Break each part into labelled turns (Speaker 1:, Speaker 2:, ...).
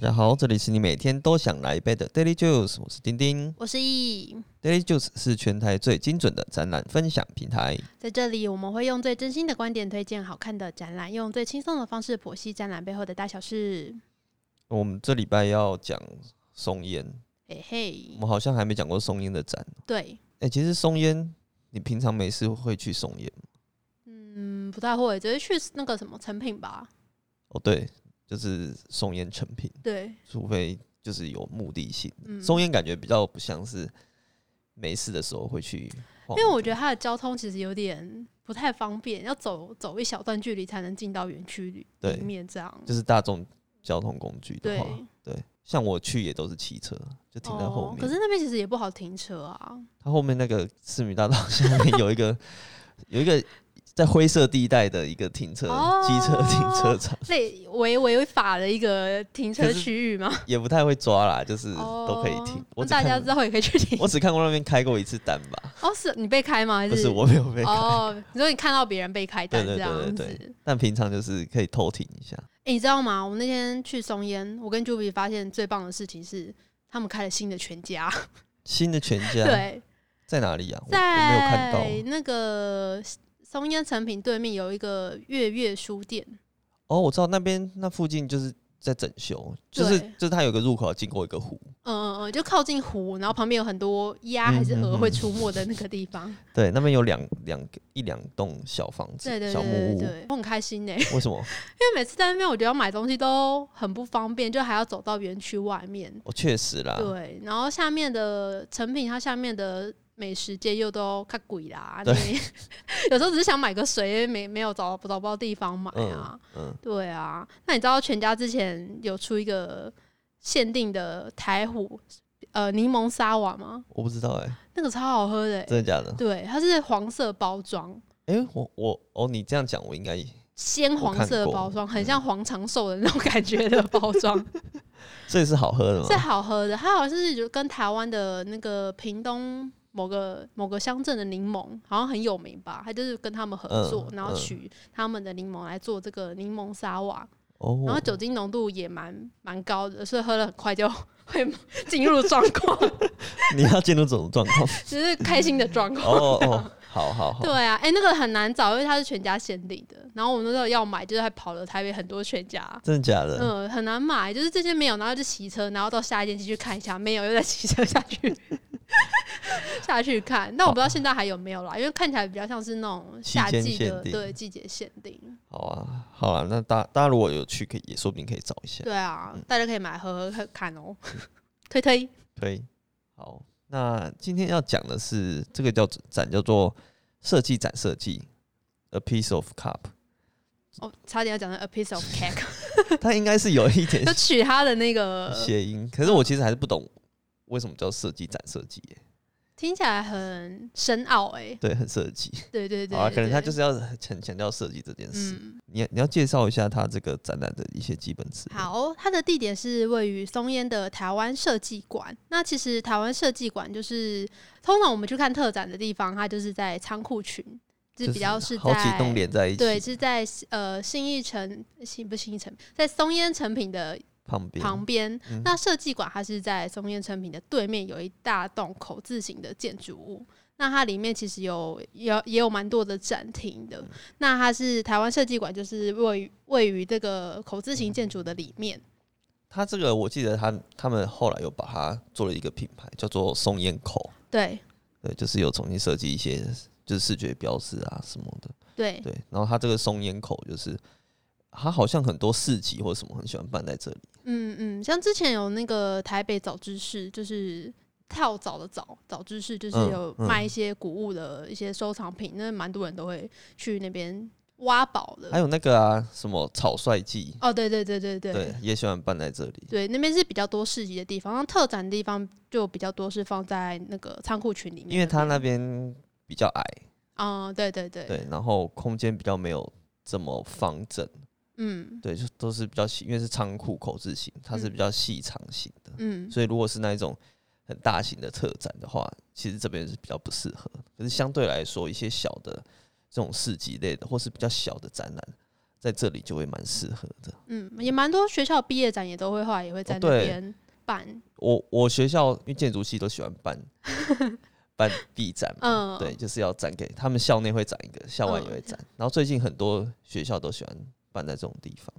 Speaker 1: 家好，这里是你每天都想来一杯的 Daily Juice，我是丁丁。
Speaker 2: 我是易，
Speaker 1: Daily Juice 是全台最精准的展览分享平台。
Speaker 2: 在这里我们会用最真心的观点推荐好看的展览，用最轻松的方式剖析展览背后的大小事。
Speaker 1: 我们这礼拜要讲松烟，
Speaker 2: 嘿
Speaker 1: 我
Speaker 2: 嘿，
Speaker 1: 们好像还没讲过松烟的展。
Speaker 2: 对，
Speaker 1: 哎、其实松烟，你平常没事会去松烟吗
Speaker 2: 嗯，不太会，只是去那个什么成品吧。
Speaker 1: 哦？对，就是松烟成品，
Speaker 2: 对，
Speaker 1: 除非就是有目的性。
Speaker 2: 嗯，
Speaker 1: 松烟感觉比较不像是没事的时候会去
Speaker 2: 因
Speaker 1: 晃，
Speaker 2: 为我觉得它的交通其实有点不太方便，要走走一小段距离才能进到园区里
Speaker 1: 对
Speaker 2: 里面这样。
Speaker 1: 就是大众交通工具的
Speaker 2: 对，
Speaker 1: 话，对，像我去也都是骑车，就停在后
Speaker 2: 哦，
Speaker 1: 面。
Speaker 2: 可是那边其实也不好停车啊。
Speaker 1: 它后面那个市民大道下面有一 个有一个在灰色地带的一个停车
Speaker 2: 哦
Speaker 1: 机车停车场，
Speaker 2: 类违违法的一个停车
Speaker 1: 可是
Speaker 2: 区域吗？
Speaker 1: 也不太会抓啦，就是
Speaker 2: 哦，
Speaker 1: 都可以停。我
Speaker 2: 那
Speaker 1: 只
Speaker 2: 大家
Speaker 1: 看
Speaker 2: 知道也可以去停。
Speaker 1: 我只看过那边开过一次单吧，
Speaker 2: 哦，是你被开吗？还
Speaker 1: 不
Speaker 2: 是
Speaker 1: 是我没有被开，
Speaker 2: 哦，你说你看到别人被开单
Speaker 1: 对对
Speaker 2: 这样
Speaker 1: 对
Speaker 2: 子。
Speaker 1: 对
Speaker 2: 哎、
Speaker 1: 但平常就是可以偷停一下。
Speaker 2: 你知道吗？我们那天去松烟，我跟 Juby 发现最棒的事情是，他们开了新的全家。
Speaker 1: 新的全 家
Speaker 2: 对，
Speaker 1: 在哪里啊啊？我我没有看到
Speaker 2: 在那个松烟成品对面有一个月月书店。
Speaker 1: 哦，我知道那边那附近就是在整修，就是
Speaker 2: 对
Speaker 1: 就是它有个入口要经过一个湖，
Speaker 2: 嗯嗯嗯，就靠近湖，然后旁边有很多鸭
Speaker 1: 嗯
Speaker 2: 还是
Speaker 1: 嗯
Speaker 2: 鹅
Speaker 1: 嗯
Speaker 2: 会出没的那个地 方。
Speaker 1: 对，那边有两两个一两栋小房子
Speaker 2: 对、对
Speaker 1: 小
Speaker 2: 对
Speaker 1: 木
Speaker 2: 对
Speaker 1: 屋，
Speaker 2: 对，我很开心呢、
Speaker 1: 为什么？
Speaker 2: 因为每次在那边，我觉得要买东西都很不方便，就还要走到园区外面。
Speaker 1: 哦，确实啦，
Speaker 2: 对，然后下面的成品，它下面的美食街又都看贵啦。
Speaker 1: 对
Speaker 2: 你 有时候只是想买个水，没没有找找不到地方买啊。
Speaker 1: 嗯，
Speaker 2: 对啊，那你知道全家之前有出一个限定的台虎呃柠檬沙瓦吗？
Speaker 1: 我不知道哎、
Speaker 2: 那个超好喝的欸、
Speaker 1: 真的假的？
Speaker 2: 对，它是黄色包装，
Speaker 1: 哎、我我哦，你这样讲我应该
Speaker 2: 鲜黄
Speaker 1: 我看
Speaker 2: 色的
Speaker 1: 过嗯
Speaker 2: 包装，很像黄长寿的那种感觉的包装。
Speaker 1: 这也是好喝的
Speaker 2: 是啊
Speaker 1: 吗？
Speaker 2: 好喝的，它好像是就跟台湾的那个屏东某个某个乡镇的柠檬好像很有名吧，它就是跟他们合作，
Speaker 1: 嗯
Speaker 2: 然后
Speaker 1: 嗯
Speaker 2: 取他们的柠檬来做这个柠檬沙瓦，
Speaker 1: 哦，
Speaker 2: 然后酒精浓度也蛮蛮高的，所以喝了很快就 会进入状况，
Speaker 1: 你要进入这种状况？
Speaker 2: 只是开心的状况。
Speaker 1: 哦哦哦，好好好
Speaker 2: 对，啊，哎、那个很难找，因为它是全家限定的。然后我们那时候要买，就是还跑了台北很多全家，
Speaker 1: 真的假的？
Speaker 2: 嗯，很难买，就是这些没有，然后就骑车，然后到下一间继续看一下，没有又再骑车下 去下去看。但我不知道现在还有没有啦，因为看起来比较像是那种
Speaker 1: 期
Speaker 2: 夏
Speaker 1: 间
Speaker 2: 季
Speaker 1: 限
Speaker 2: 的
Speaker 1: 定
Speaker 2: 对季节限定。
Speaker 1: 好啊，好啊，那大大家如果有去，可以也说不定可以找一下。
Speaker 2: 对啊，
Speaker 1: 嗯
Speaker 2: 大家可以买来喝喝看哦、推推
Speaker 1: 对，好，那今天要讲的是这个叫展叫做设计展设计，A piece of cup，
Speaker 2: 哦，差点要讲成 a piece of cake，
Speaker 1: 它应该是有一点
Speaker 2: 就呃取它的那个，
Speaker 1: 谐音，可是我其实还是不懂为什么叫设计展设计耶，
Speaker 2: 听起来很深奥哎、
Speaker 1: 对，很设计。
Speaker 2: 对对对
Speaker 1: 好啊，可能他就是是要很强调设计这件事。
Speaker 2: 嗯。
Speaker 1: 你你要介绍一下他这个展览的一些基本词。，
Speaker 2: 好，它的地点是位于松烟的台湾设计馆。那其实台湾设计馆就是通常我们去看特展的地方，它就是在仓库群，就是比较是
Speaker 1: 好几栋
Speaker 2: 在
Speaker 1: 连在一起，
Speaker 2: 对，是在呃信义城信不是信义城，在松烟成品的
Speaker 1: 旁边
Speaker 2: 旁边。
Speaker 1: 嗯
Speaker 2: 那设计馆它是在松烟成品的对面有一大栋口字形的建筑物。那它里面其实有有也有蛮多的展厅
Speaker 1: 嗯
Speaker 2: 的。那它是台湾设计馆，就是位于位于这个口字形建筑的里面。
Speaker 1: 他这个我记得他他们后来又把它做了一个品牌，叫做松烟口，
Speaker 2: 对
Speaker 1: 对，就是有重新设计一些就是视觉标志啊什么的，
Speaker 2: 对
Speaker 1: 对。然后他这个松烟口就是。他好像很多市集或什么很喜欢办在这里，
Speaker 2: 嗯嗯，像之前有那个台北早知识，就是跳蚤的蚤早知识，就是
Speaker 1: 嗯
Speaker 2: 有
Speaker 1: 嗯
Speaker 2: 卖一些古物的一些收藏品，那蛮多人都会去那边挖宝
Speaker 1: 还
Speaker 2: 的。
Speaker 1: 有那个啊什么草率季，
Speaker 2: 哦，对对对对对
Speaker 1: 对，也喜欢办在这里。
Speaker 2: 对那边是比较多市集的地方，那特展的地方就比较多是放在那个仓库群里面，
Speaker 1: 因为它那，边比较矮，
Speaker 2: 嗯，对对对，
Speaker 1: 对，然后空间比较没有这么方正，
Speaker 2: 嗯
Speaker 1: 对，就都是比较细，因为是仓库口字形，它是比较细长型的，
Speaker 2: 嗯，
Speaker 1: 所以如果是那一种很大型的特展的话，其实这边是比较不适合。可是相对来说，一些小的这种市集类的，或是比较小的展览，在这里就会蛮适合的。
Speaker 2: 嗯，也蛮多学校毕业展也都会画，也会在
Speaker 1: 哦
Speaker 2: 那
Speaker 1: 对
Speaker 2: 边办。
Speaker 1: 我我学校因为建筑系都喜欢 办办毕展嘛，
Speaker 2: 嗯，
Speaker 1: 对，，就是要展给他们校内会展一个，校外也
Speaker 2: 嗯
Speaker 1: 会展。然后最近很多学校都喜欢办在这种地方。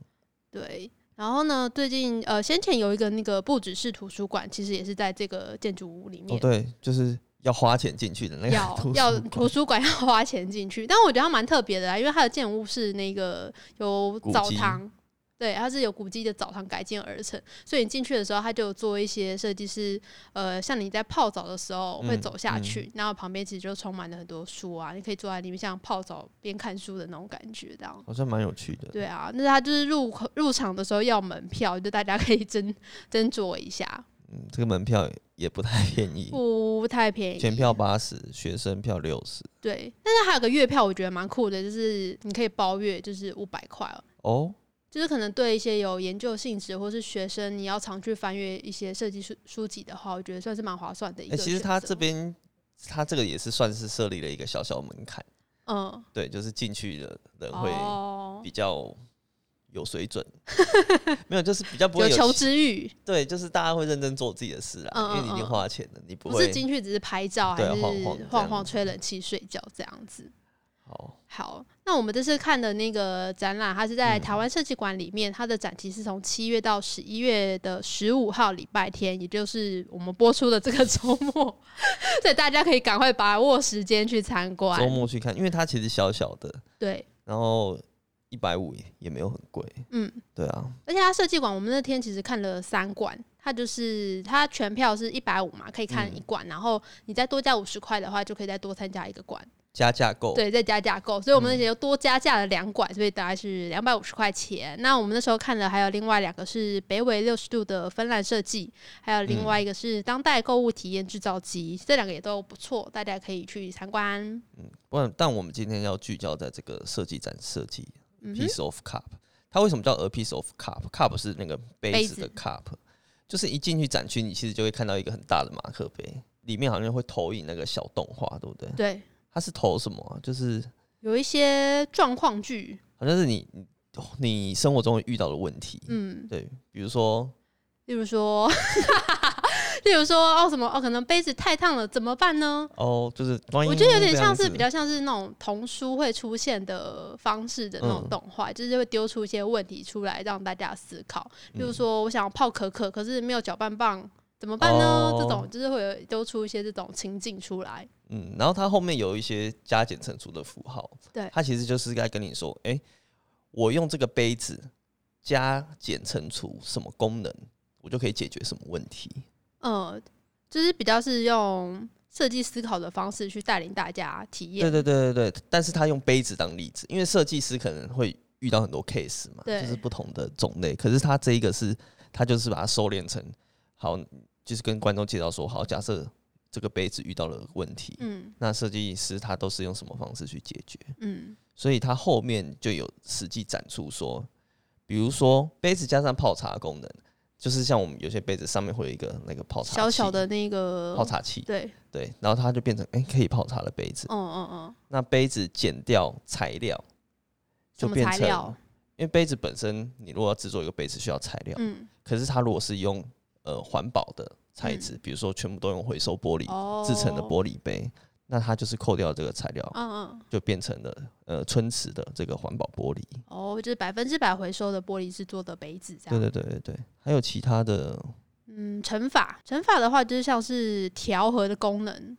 Speaker 2: 对，然后呢，最近呃，先前有一个那个不只是图书馆，其实也是在这个建筑物里面。
Speaker 1: 哦，对，就是要花钱进去的那
Speaker 2: 要
Speaker 1: 个 图
Speaker 2: 要
Speaker 1: 书
Speaker 2: 图
Speaker 1: 馆。
Speaker 2: 书馆要 花钱进去，但我觉得它蛮特别的啊啦，因为它的建物是那个有
Speaker 1: 古
Speaker 2: 澡
Speaker 1: 迹
Speaker 2: 堂，对，它是有古迹的澡堂改建而成，所以你进去的时候，它就有做一些设计是，呃，像你在泡澡的时候会
Speaker 1: 嗯
Speaker 2: 走下去，然后旁边其实就充满了很多书啊，你可以坐在里面像泡澡边看书的那种感觉，这样。
Speaker 1: 好像蛮有趣的，
Speaker 2: 对啊，那它就是入口入场的时候要门票，就大家可以斟斟酌一下，
Speaker 1: 嗯，这个门票也也不太便宜，
Speaker 2: 不太便宜，
Speaker 1: 全票八十，学生票六十。
Speaker 2: 对，但是还有个月票，我觉得蛮酷的，就是你可以包月，就是五百块哦。
Speaker 1: 哦，
Speaker 2: 就是可能对一些有研究性质或是学生，你要常去翻阅一些设计书书籍的话，我觉得算是蛮划算的一
Speaker 1: 哎、
Speaker 2: 个选择、
Speaker 1: 其实他这边他这个也是算是设立了一个小小门槛，
Speaker 2: 嗯，
Speaker 1: 对，就是进去的人会
Speaker 2: 哦，
Speaker 1: 比较有水 准，没有，就是比较不
Speaker 2: 有
Speaker 1: 会
Speaker 2: 求
Speaker 1: 气
Speaker 2: 知欲，
Speaker 1: 对，就是大家会认真做自己的事啦，
Speaker 2: 嗯
Speaker 1: 因
Speaker 2: 嗯
Speaker 1: 为你已经
Speaker 2: 嗯
Speaker 1: 花钱了，你不
Speaker 2: 不
Speaker 1: 会
Speaker 2: 是进去只是拍照，还
Speaker 1: 对晃
Speaker 2: 是
Speaker 1: 晃这样
Speaker 2: 晃晃吹冷气、睡觉这样子。
Speaker 1: 好，
Speaker 2: 好，那我们这次看的那个展览，它是在
Speaker 1: 嗯
Speaker 2: 台湾设计馆里面，它的展期是从七月到十一月的十五号礼拜天，也就是我们播出的这个周末， 所以大家可以赶快把握时间去参观
Speaker 1: 周。末去看，因为它其实小小的，
Speaker 2: 对，
Speaker 1: 然后一百五也没有很贵，
Speaker 2: 嗯，
Speaker 1: 对啊，
Speaker 2: 而且它设计馆，我们那天其实看了三馆，它就是它全票是一百五嘛，可以
Speaker 1: 嗯
Speaker 2: 看一馆，然后你再多加五十块的话，就可以再多参加一个馆。
Speaker 1: 加价购，
Speaker 2: 对，再加价购，所以我们那些又多加价了两馆，所以大概是两百五十块钱。那我们那时候看的还有另外两个是北纬六十度的芬兰设计，还有另外一个是当代购物体验制造机，这两个也都不错，大家可以去参观。
Speaker 1: 不然，但我们今天要聚焦在这个设计展设计
Speaker 2: 嗯哼，
Speaker 1: piece of cup。它为什么叫 a piece of cup？cup 是那个杯
Speaker 2: 杯
Speaker 1: 子
Speaker 2: 子
Speaker 1: 的 cup，就是一进去展区，你其实就会看到一个很大的马克杯，里面好像会投影那个小动画，对不对？
Speaker 2: 对，
Speaker 1: 它是投什么啊、就是
Speaker 2: 有一些状况剧，
Speaker 1: 好像是你你你生活中会遇到的问题，
Speaker 2: 嗯，
Speaker 1: 对，比如说
Speaker 2: 例如说， 例如说哦什么哦，可能杯子太烫了，怎么办呢？
Speaker 1: 哦，就是
Speaker 2: 我
Speaker 1: 我
Speaker 2: 觉得有点像是比较像是那种童书会出现的方式的那种
Speaker 1: 嗯
Speaker 2: 动画，就是会丢出一些问题出来让大家思考。比如
Speaker 1: 嗯
Speaker 2: 说，我想要泡可可，可是没有搅拌棒，怎么办呢？
Speaker 1: 哦
Speaker 2: 这种就是会有丢出一些这种情境出来。
Speaker 1: 嗯，然后它后面有一些加减乘除的符号，
Speaker 2: 对
Speaker 1: 它其实就是在跟你说，哎、我用这个杯子加减乘除什么功能，我就可以解决什么问题。
Speaker 2: 嗯，就是比较是用设计思考的方式去带领大家体
Speaker 1: 对
Speaker 2: 验。
Speaker 1: 对对对对，但是他用杯子当例子，因为设计师可能会遇到很多 case 嘛，
Speaker 2: 对
Speaker 1: 就是不同的种类，可是他这一个是，他就是把它收敛成好，就是跟观众介绍说，好，假设这个杯子遇到了问题，
Speaker 2: 嗯
Speaker 1: 那设计师他都是用什么方式去解决？
Speaker 2: 嗯
Speaker 1: 所以它后面就有实际展出说，比如说杯子加上泡茶功能，就是像我们有些杯子上面会有一个那个泡茶器
Speaker 2: 小小的那个
Speaker 1: 泡，茶器，
Speaker 2: 对，
Speaker 1: 对，然后它就变成哎、诶可以泡茶的杯子。
Speaker 2: 嗯嗯嗯，
Speaker 1: 那杯子减掉材料，
Speaker 2: 什
Speaker 1: 就
Speaker 2: 么
Speaker 1: 变
Speaker 2: 材
Speaker 1: 成
Speaker 2: 料？
Speaker 1: 因为杯子本身你如果要制作一个杯子需要材料，
Speaker 2: 嗯，
Speaker 1: 可是它如果是用呃环保的材质，比如说全部都用回收玻璃
Speaker 2: 哦，
Speaker 1: 制成的玻璃杯，那它就是扣掉这个材料，
Speaker 2: 嗯嗯。
Speaker 1: 就变成了呃春瓷的这个环保玻璃。
Speaker 2: 哦，就是百分之百回收的玻璃制作的杯子这样。
Speaker 1: 对对对对对，还有其他的，
Speaker 2: 嗯，乘法，乘法的话就是像是调和的功能，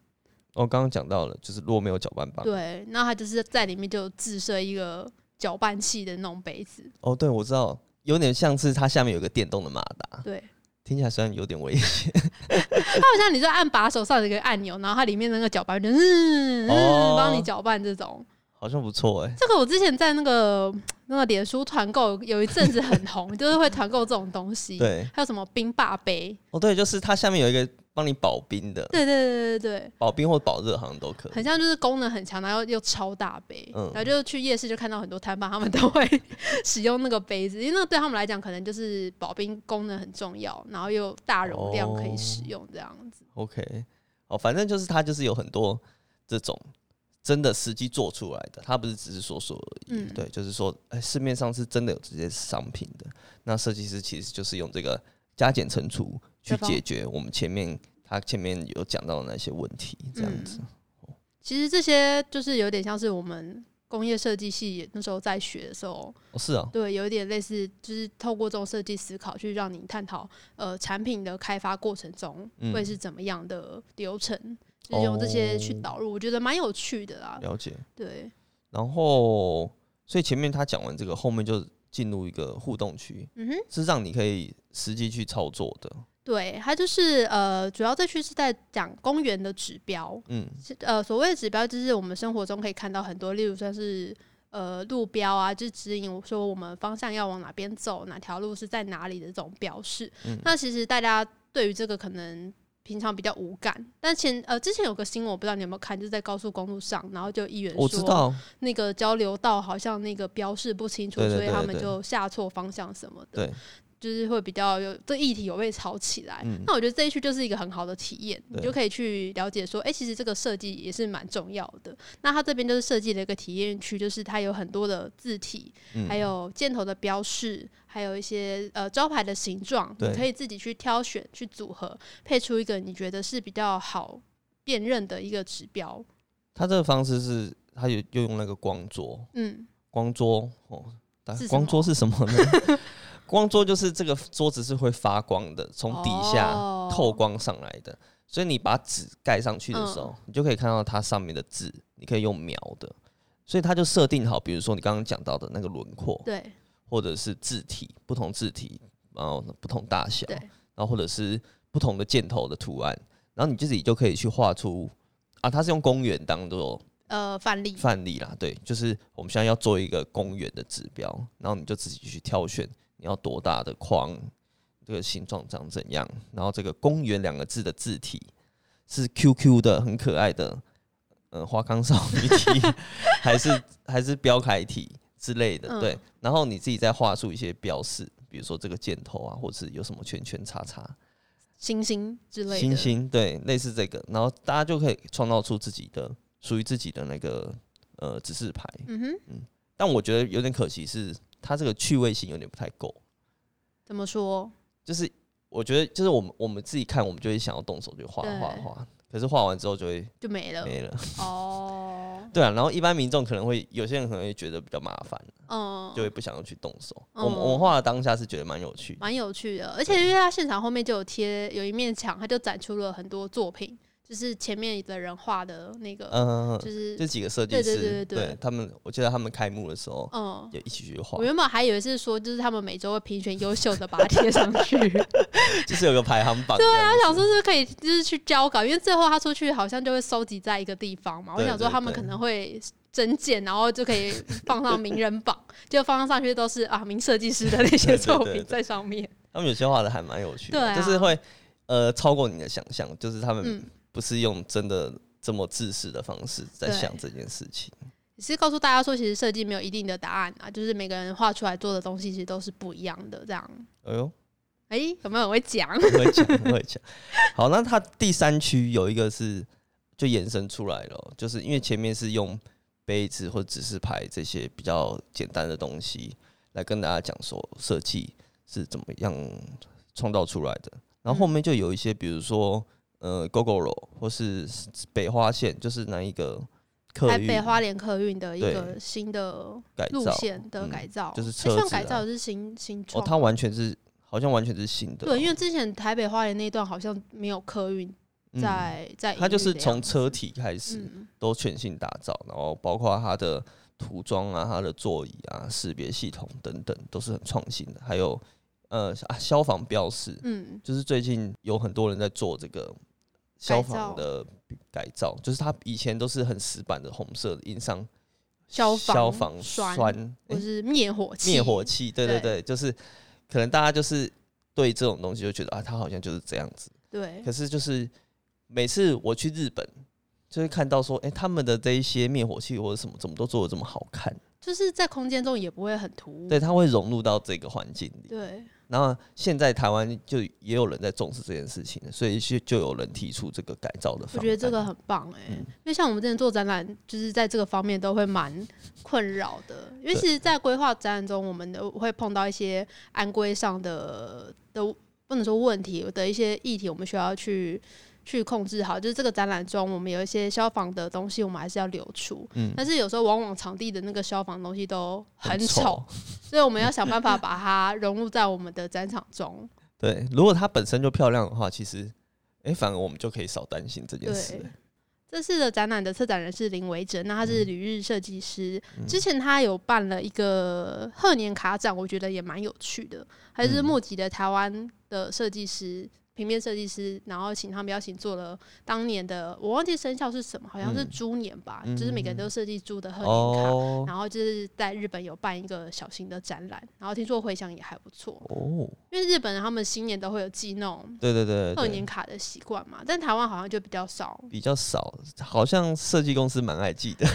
Speaker 1: 我哦刚刚讲到了，就是如果没有搅拌棒，
Speaker 2: 对，那它就是在里面就有自设一个搅拌器的那种杯子，
Speaker 1: 哦，对，我知道，有点像是它下面有个电动的马达，
Speaker 2: 对，
Speaker 1: 听起来虽然有点危险，
Speaker 2: 它好像你就按把手上的一个按钮，然后它里面那个搅拌就是嗯
Speaker 1: 哦
Speaker 2: 帮你搅拌这种。
Speaker 1: 好像不错哎、
Speaker 2: 这个我之前在那个那个脸书团购有一阵子很红， 就是会团购这种东西，
Speaker 1: 对，
Speaker 2: 还有什么冰霸杯，
Speaker 1: 哦对，就是它下面有一个帮你保冰的，
Speaker 2: 对对对对对。
Speaker 1: 保冰或保热好像都可
Speaker 2: 很
Speaker 1: 以。
Speaker 2: 像就是功能很强，然后又超大杯，
Speaker 1: 嗯
Speaker 2: 然后就去夜市就看到很多摊贩，他们都会 使用那个杯子，因为那个对他们来讲可能就是保冰功能很重要，然后又大容量可以使用这样子。
Speaker 1: OK，哦，反正就是它就是有很多这种真的实际做出来的，它不是只是说说而已。
Speaker 2: 嗯
Speaker 1: 对，就是说，哎、市面上是真的有这些商品的。那设计师其实就是用这个加减乘除去
Speaker 2: 对吧
Speaker 1: 解决我们前面他前面有讲到的那些问题，这样
Speaker 2: 嗯
Speaker 1: 子。
Speaker 2: 其实这些就是有点像是我们工业设计系那时候在学的时候，
Speaker 1: 哦，是啊，
Speaker 2: 对，有一点类似，就是透过这种设计思考去让你探讨呃产品的开发过程中
Speaker 1: 嗯
Speaker 2: 会是怎么样的流程，就是用这些去
Speaker 1: 哦
Speaker 2: 导入，我觉得蛮有趣的啊。
Speaker 1: 了解。
Speaker 2: 对，
Speaker 1: 然后，所以前面他讲完这个，后面就进入一个互动区，
Speaker 2: 嗯哼。
Speaker 1: 是让你可以实际去操作的。
Speaker 2: 对，它就是呃，主要这区是在讲公园的指标，
Speaker 1: 嗯，
Speaker 2: 是呃，所谓的指标就是我们生活中可以看到很多，例如像是呃路标啊，就是指引说我们方向要往哪边走，哪条路是在哪里的这种标示。
Speaker 1: 嗯
Speaker 2: 那其实大家对于这个可能。平常比较无感，但前呃之前有个新闻，我不知道你有没有看，就是在高速公路上，然后就议员说
Speaker 1: 我知道，
Speaker 2: 那个交流道好像那个标示不清楚，
Speaker 1: 对对对
Speaker 2: 所以他
Speaker 1: 对
Speaker 2: 们
Speaker 1: 对
Speaker 2: 就下错方向什么的。
Speaker 1: 对，
Speaker 2: 就是会比较有这议题有被炒起来。
Speaker 1: 嗯
Speaker 2: 那我觉得这一区就是一个很好的体验，你
Speaker 1: 对
Speaker 2: 就可以去了解说，哎、其实这个设计也是蛮重要的。那它这边就是设计了一个体验区，就是它有很多的字体，
Speaker 1: 嗯
Speaker 2: 还有箭头的标示，还有一些呃招牌的形状，你
Speaker 1: 对
Speaker 2: 可以自己去挑选、去组合，配出一个你觉得是比较好辨认的一个指标。
Speaker 1: 他这个方式是，他有又用那个光桌，
Speaker 2: 嗯，
Speaker 1: 光桌哦，但
Speaker 2: 是什
Speaker 1: 光
Speaker 2: 么
Speaker 1: 桌是什么呢？ 光桌就是这个桌子是会发光的，从底下
Speaker 2: 哦
Speaker 1: 透光上来的，所以你把纸盖上去的时候，
Speaker 2: 嗯
Speaker 1: 你就可以看到它上面的字，你可以用描的，所以它就设定好，比如说你刚刚讲到的那个轮廓，
Speaker 2: 对
Speaker 1: 或者是字体，不同字体，然后不同大小，
Speaker 2: 对
Speaker 1: 然后或者是不同的箭头的图案，然后你自己就可以去画出啊，它是用公园当做
Speaker 2: 呃范例，
Speaker 1: 范例啦，对，就是我们现在要做一个公园的指标，然后你就自己去挑选你要多大的框，这个形状长怎样，然后这个“公园”两个字的字体是 QQ 的，很可爱的，呃，花岗少女体， 还是还是标楷体之类的，
Speaker 2: 嗯
Speaker 1: 对，然后你自己再画出一些标示，比如说这个箭头啊，或是有什么圈圈叉叉，
Speaker 2: 星星之类的，
Speaker 1: 星星，对，类似这个，然后大家就可以创造出自己的属于自己的那个呃指示牌。
Speaker 2: 嗯哼，
Speaker 1: 但我觉得有点可惜是，它这个趣味性有点不太够。
Speaker 2: 怎么说？
Speaker 1: 就是我觉得，就是我们我们自己看，我们就会想要动手去画
Speaker 2: 对
Speaker 1: 画画，可是画完之后就会
Speaker 2: 就没了
Speaker 1: 没了。
Speaker 2: 哦，
Speaker 1: 对啊，然后一般民众可能会有些人可能会觉得比较麻烦，
Speaker 2: 嗯，
Speaker 1: 就会不想要去动手。
Speaker 2: 嗯
Speaker 1: 我们我们画的当下是觉得蛮有趣的，
Speaker 2: 蛮有趣的，而且因为他现场后面就有贴有一面墙，他就展出了很多作品，就是前面的人画的那个，
Speaker 1: 嗯，
Speaker 2: 就是
Speaker 1: 这几个设计
Speaker 2: 对对
Speaker 1: 师，
Speaker 2: 对对对
Speaker 1: 他们，我记得他们开幕的时候
Speaker 2: 嗯。
Speaker 1: 也一起去画
Speaker 2: 我，原本还以为是说，就是他们每周会评选优秀的，把它贴上去。 他
Speaker 1: 就是有个排行 榜这样子。对啊，
Speaker 2: 想说是不是可以，就是去交稿，因为最后他出去好像就会收集在一个地方嘛。我
Speaker 1: 对
Speaker 2: 想说
Speaker 1: 对
Speaker 2: 他们
Speaker 1: 对
Speaker 2: 可能会增减，然后就可以放上名人榜， 就放上去都是啊名设计师的那
Speaker 1: 对
Speaker 2: 些
Speaker 1: 对
Speaker 2: 作
Speaker 1: 对
Speaker 2: 品
Speaker 1: 对
Speaker 2: 在上面。
Speaker 1: 他们有些画的还蛮有趣的，
Speaker 2: 对啊
Speaker 1: 就是会呃超过你的想象，就是他们
Speaker 2: 嗯
Speaker 1: 不是用真的这么自私的方式在
Speaker 2: 对
Speaker 1: 想这件事情。
Speaker 2: 也是告诉大家说，其实设计没有一定的答案啊，就是每个人画出来做的东西其实都是不一样的。这样，
Speaker 1: 哎呦，
Speaker 2: 哎、有没有很会讲？
Speaker 1: 很会讲，很会讲。好，那它第三区有一个是就延伸出来了哦，就是因为前面是用杯子或指示牌这些比较简单的东西来跟大家讲说设计是怎么样创造出来的，然后后面就有一些，比如说呃 g o g o r o 或是呃北花线，就是那一个客
Speaker 2: 台
Speaker 1: 运
Speaker 2: 北花莲客运的一
Speaker 1: 对
Speaker 2: 个新的
Speaker 1: 改
Speaker 2: 路
Speaker 1: 造，
Speaker 2: 线的
Speaker 1: 嗯
Speaker 2: 改造，
Speaker 1: 就是
Speaker 2: 哎
Speaker 1: 车
Speaker 2: 算
Speaker 1: 子
Speaker 2: 改
Speaker 1: 啊
Speaker 2: 造还是新新
Speaker 1: 哦
Speaker 2: 创，。
Speaker 1: 它完全是好像完全是新的哦，
Speaker 2: 对，因为之前台北花莲那段好像没有客运
Speaker 1: 嗯
Speaker 2: 在、在营运的样子，
Speaker 1: 它就是从车体开始，
Speaker 2: 嗯
Speaker 1: 都全新打造，然后包括它的涂装啊、它的座椅啊、识别系统等等，都是很创新的。还有呃、啊消防标识，
Speaker 2: 嗯
Speaker 1: 就是最近有很多人在做这个消防的改造，就是它以前都是很死板的红色的印上
Speaker 2: 消防
Speaker 1: 消防
Speaker 2: 栓
Speaker 1: 栓、
Speaker 2: 或
Speaker 1: 诶
Speaker 2: 是灭火器，
Speaker 1: 灭火器，对对
Speaker 2: 对
Speaker 1: 对，就是可能大家就是对这种东西就觉得啊，它好像就是这样子。
Speaker 2: 对
Speaker 1: 可是就是每次我去日本，就会看到说，哎、他们的这一些灭火器或者什么，怎么都做的这么好看？
Speaker 2: 就是在空间中也不会很突兀，
Speaker 1: 对，它会融入到这个环境里。
Speaker 2: 嗯对
Speaker 1: 然后现在台湾就也有人在重视这件事情，所以就就有人提出这个改造的方案。
Speaker 2: 我觉得这个很棒哎、因为像我们之前做展览，就是在这个方面都会蛮困扰的，因为
Speaker 1: 对
Speaker 2: 其实，在规划展览中，我们都会碰到一些安规上的的不能说问题的一些议题，我们需要去去控制好。就是这个展览中，我们有一些消防的东西，我们还是要留出。
Speaker 1: 嗯
Speaker 2: 但是有时候往往场地的那个消防东西都很
Speaker 1: 很
Speaker 2: 丑，所以我们要想办法把它融入在我们的展场中。
Speaker 1: 对，如果它本身就漂亮的话，其实，哎、反而我们就可以少担心这件
Speaker 2: 对
Speaker 1: 事。
Speaker 2: 这次的展览的策展人是林维珍，那他
Speaker 1: 嗯
Speaker 2: 是旅日设计师。之前他有办了一个贺年卡展，我觉得也蛮有趣的。还是
Speaker 1: 嗯
Speaker 2: 募集了台湾的设计师、平面设计师，然后请他们邀请做了当年的，我忘记生肖是什么，好像是
Speaker 1: 嗯
Speaker 2: 猪年吧，
Speaker 1: 嗯
Speaker 2: 就是每个人都设计猪的贺年卡。
Speaker 1: 哦
Speaker 2: 然后就是在日本有办一个小型的展览，然后听说回响也还不错，
Speaker 1: 哦，
Speaker 2: 因为日本人他们新年都会有寄那种
Speaker 1: 对对对
Speaker 2: 贺
Speaker 1: 对
Speaker 2: 年
Speaker 1: 对，
Speaker 2: 卡的习惯嘛，但台湾好像就比较少，
Speaker 1: 比较少，好像设计公司蛮爱记的。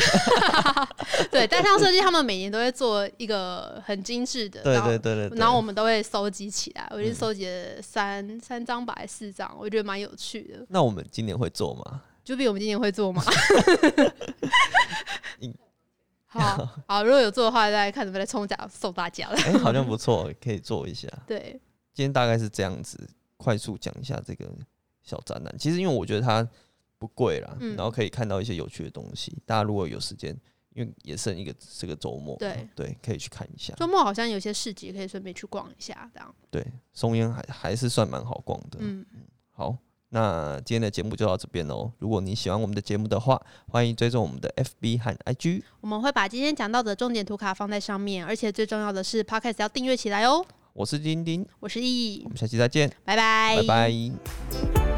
Speaker 2: 对，单项设计他们每年都会做一个很精致的，
Speaker 1: 对
Speaker 2: 然 后
Speaker 1: 对对对对，
Speaker 2: 然后我们都会收集起来，我就
Speaker 1: 嗯
Speaker 2: 收集了三、三张吧，还是四张，我觉得蛮有趣的。
Speaker 1: 那我们今年会做吗？
Speaker 2: 就比我们今年会 做吗
Speaker 1: 应？
Speaker 2: 好好，如果有做的话，再看能不能冲奖送大家了。
Speaker 1: 哎、好像不错，可以做一下。
Speaker 2: 对，
Speaker 1: 今天大概是这样子，快速讲一下这个小展览。其实因为我觉得它不贵啦，
Speaker 2: 嗯
Speaker 1: 然后可以看到一些有趣的东西。大家如果有时间，因为也剩一个这个周末嘛，
Speaker 2: 对
Speaker 1: 可以去看一下。
Speaker 2: 周末好像有些市集可以顺便去逛一下，这样。
Speaker 1: 对，松烟还还是算蛮好逛的。
Speaker 2: 嗯，
Speaker 1: 好，那今天的节目就到这边喽。如果你喜欢我们的节目的话，欢迎追踪我们的 FB 和 IG。
Speaker 2: 我们会把今天讲到的重点图卡放在上面，而且最重要的是 podcast 要订阅起来哦。
Speaker 1: 我是丁丁，
Speaker 2: 我是易
Speaker 1: 我，们下期再见，
Speaker 2: 拜拜，
Speaker 1: 拜拜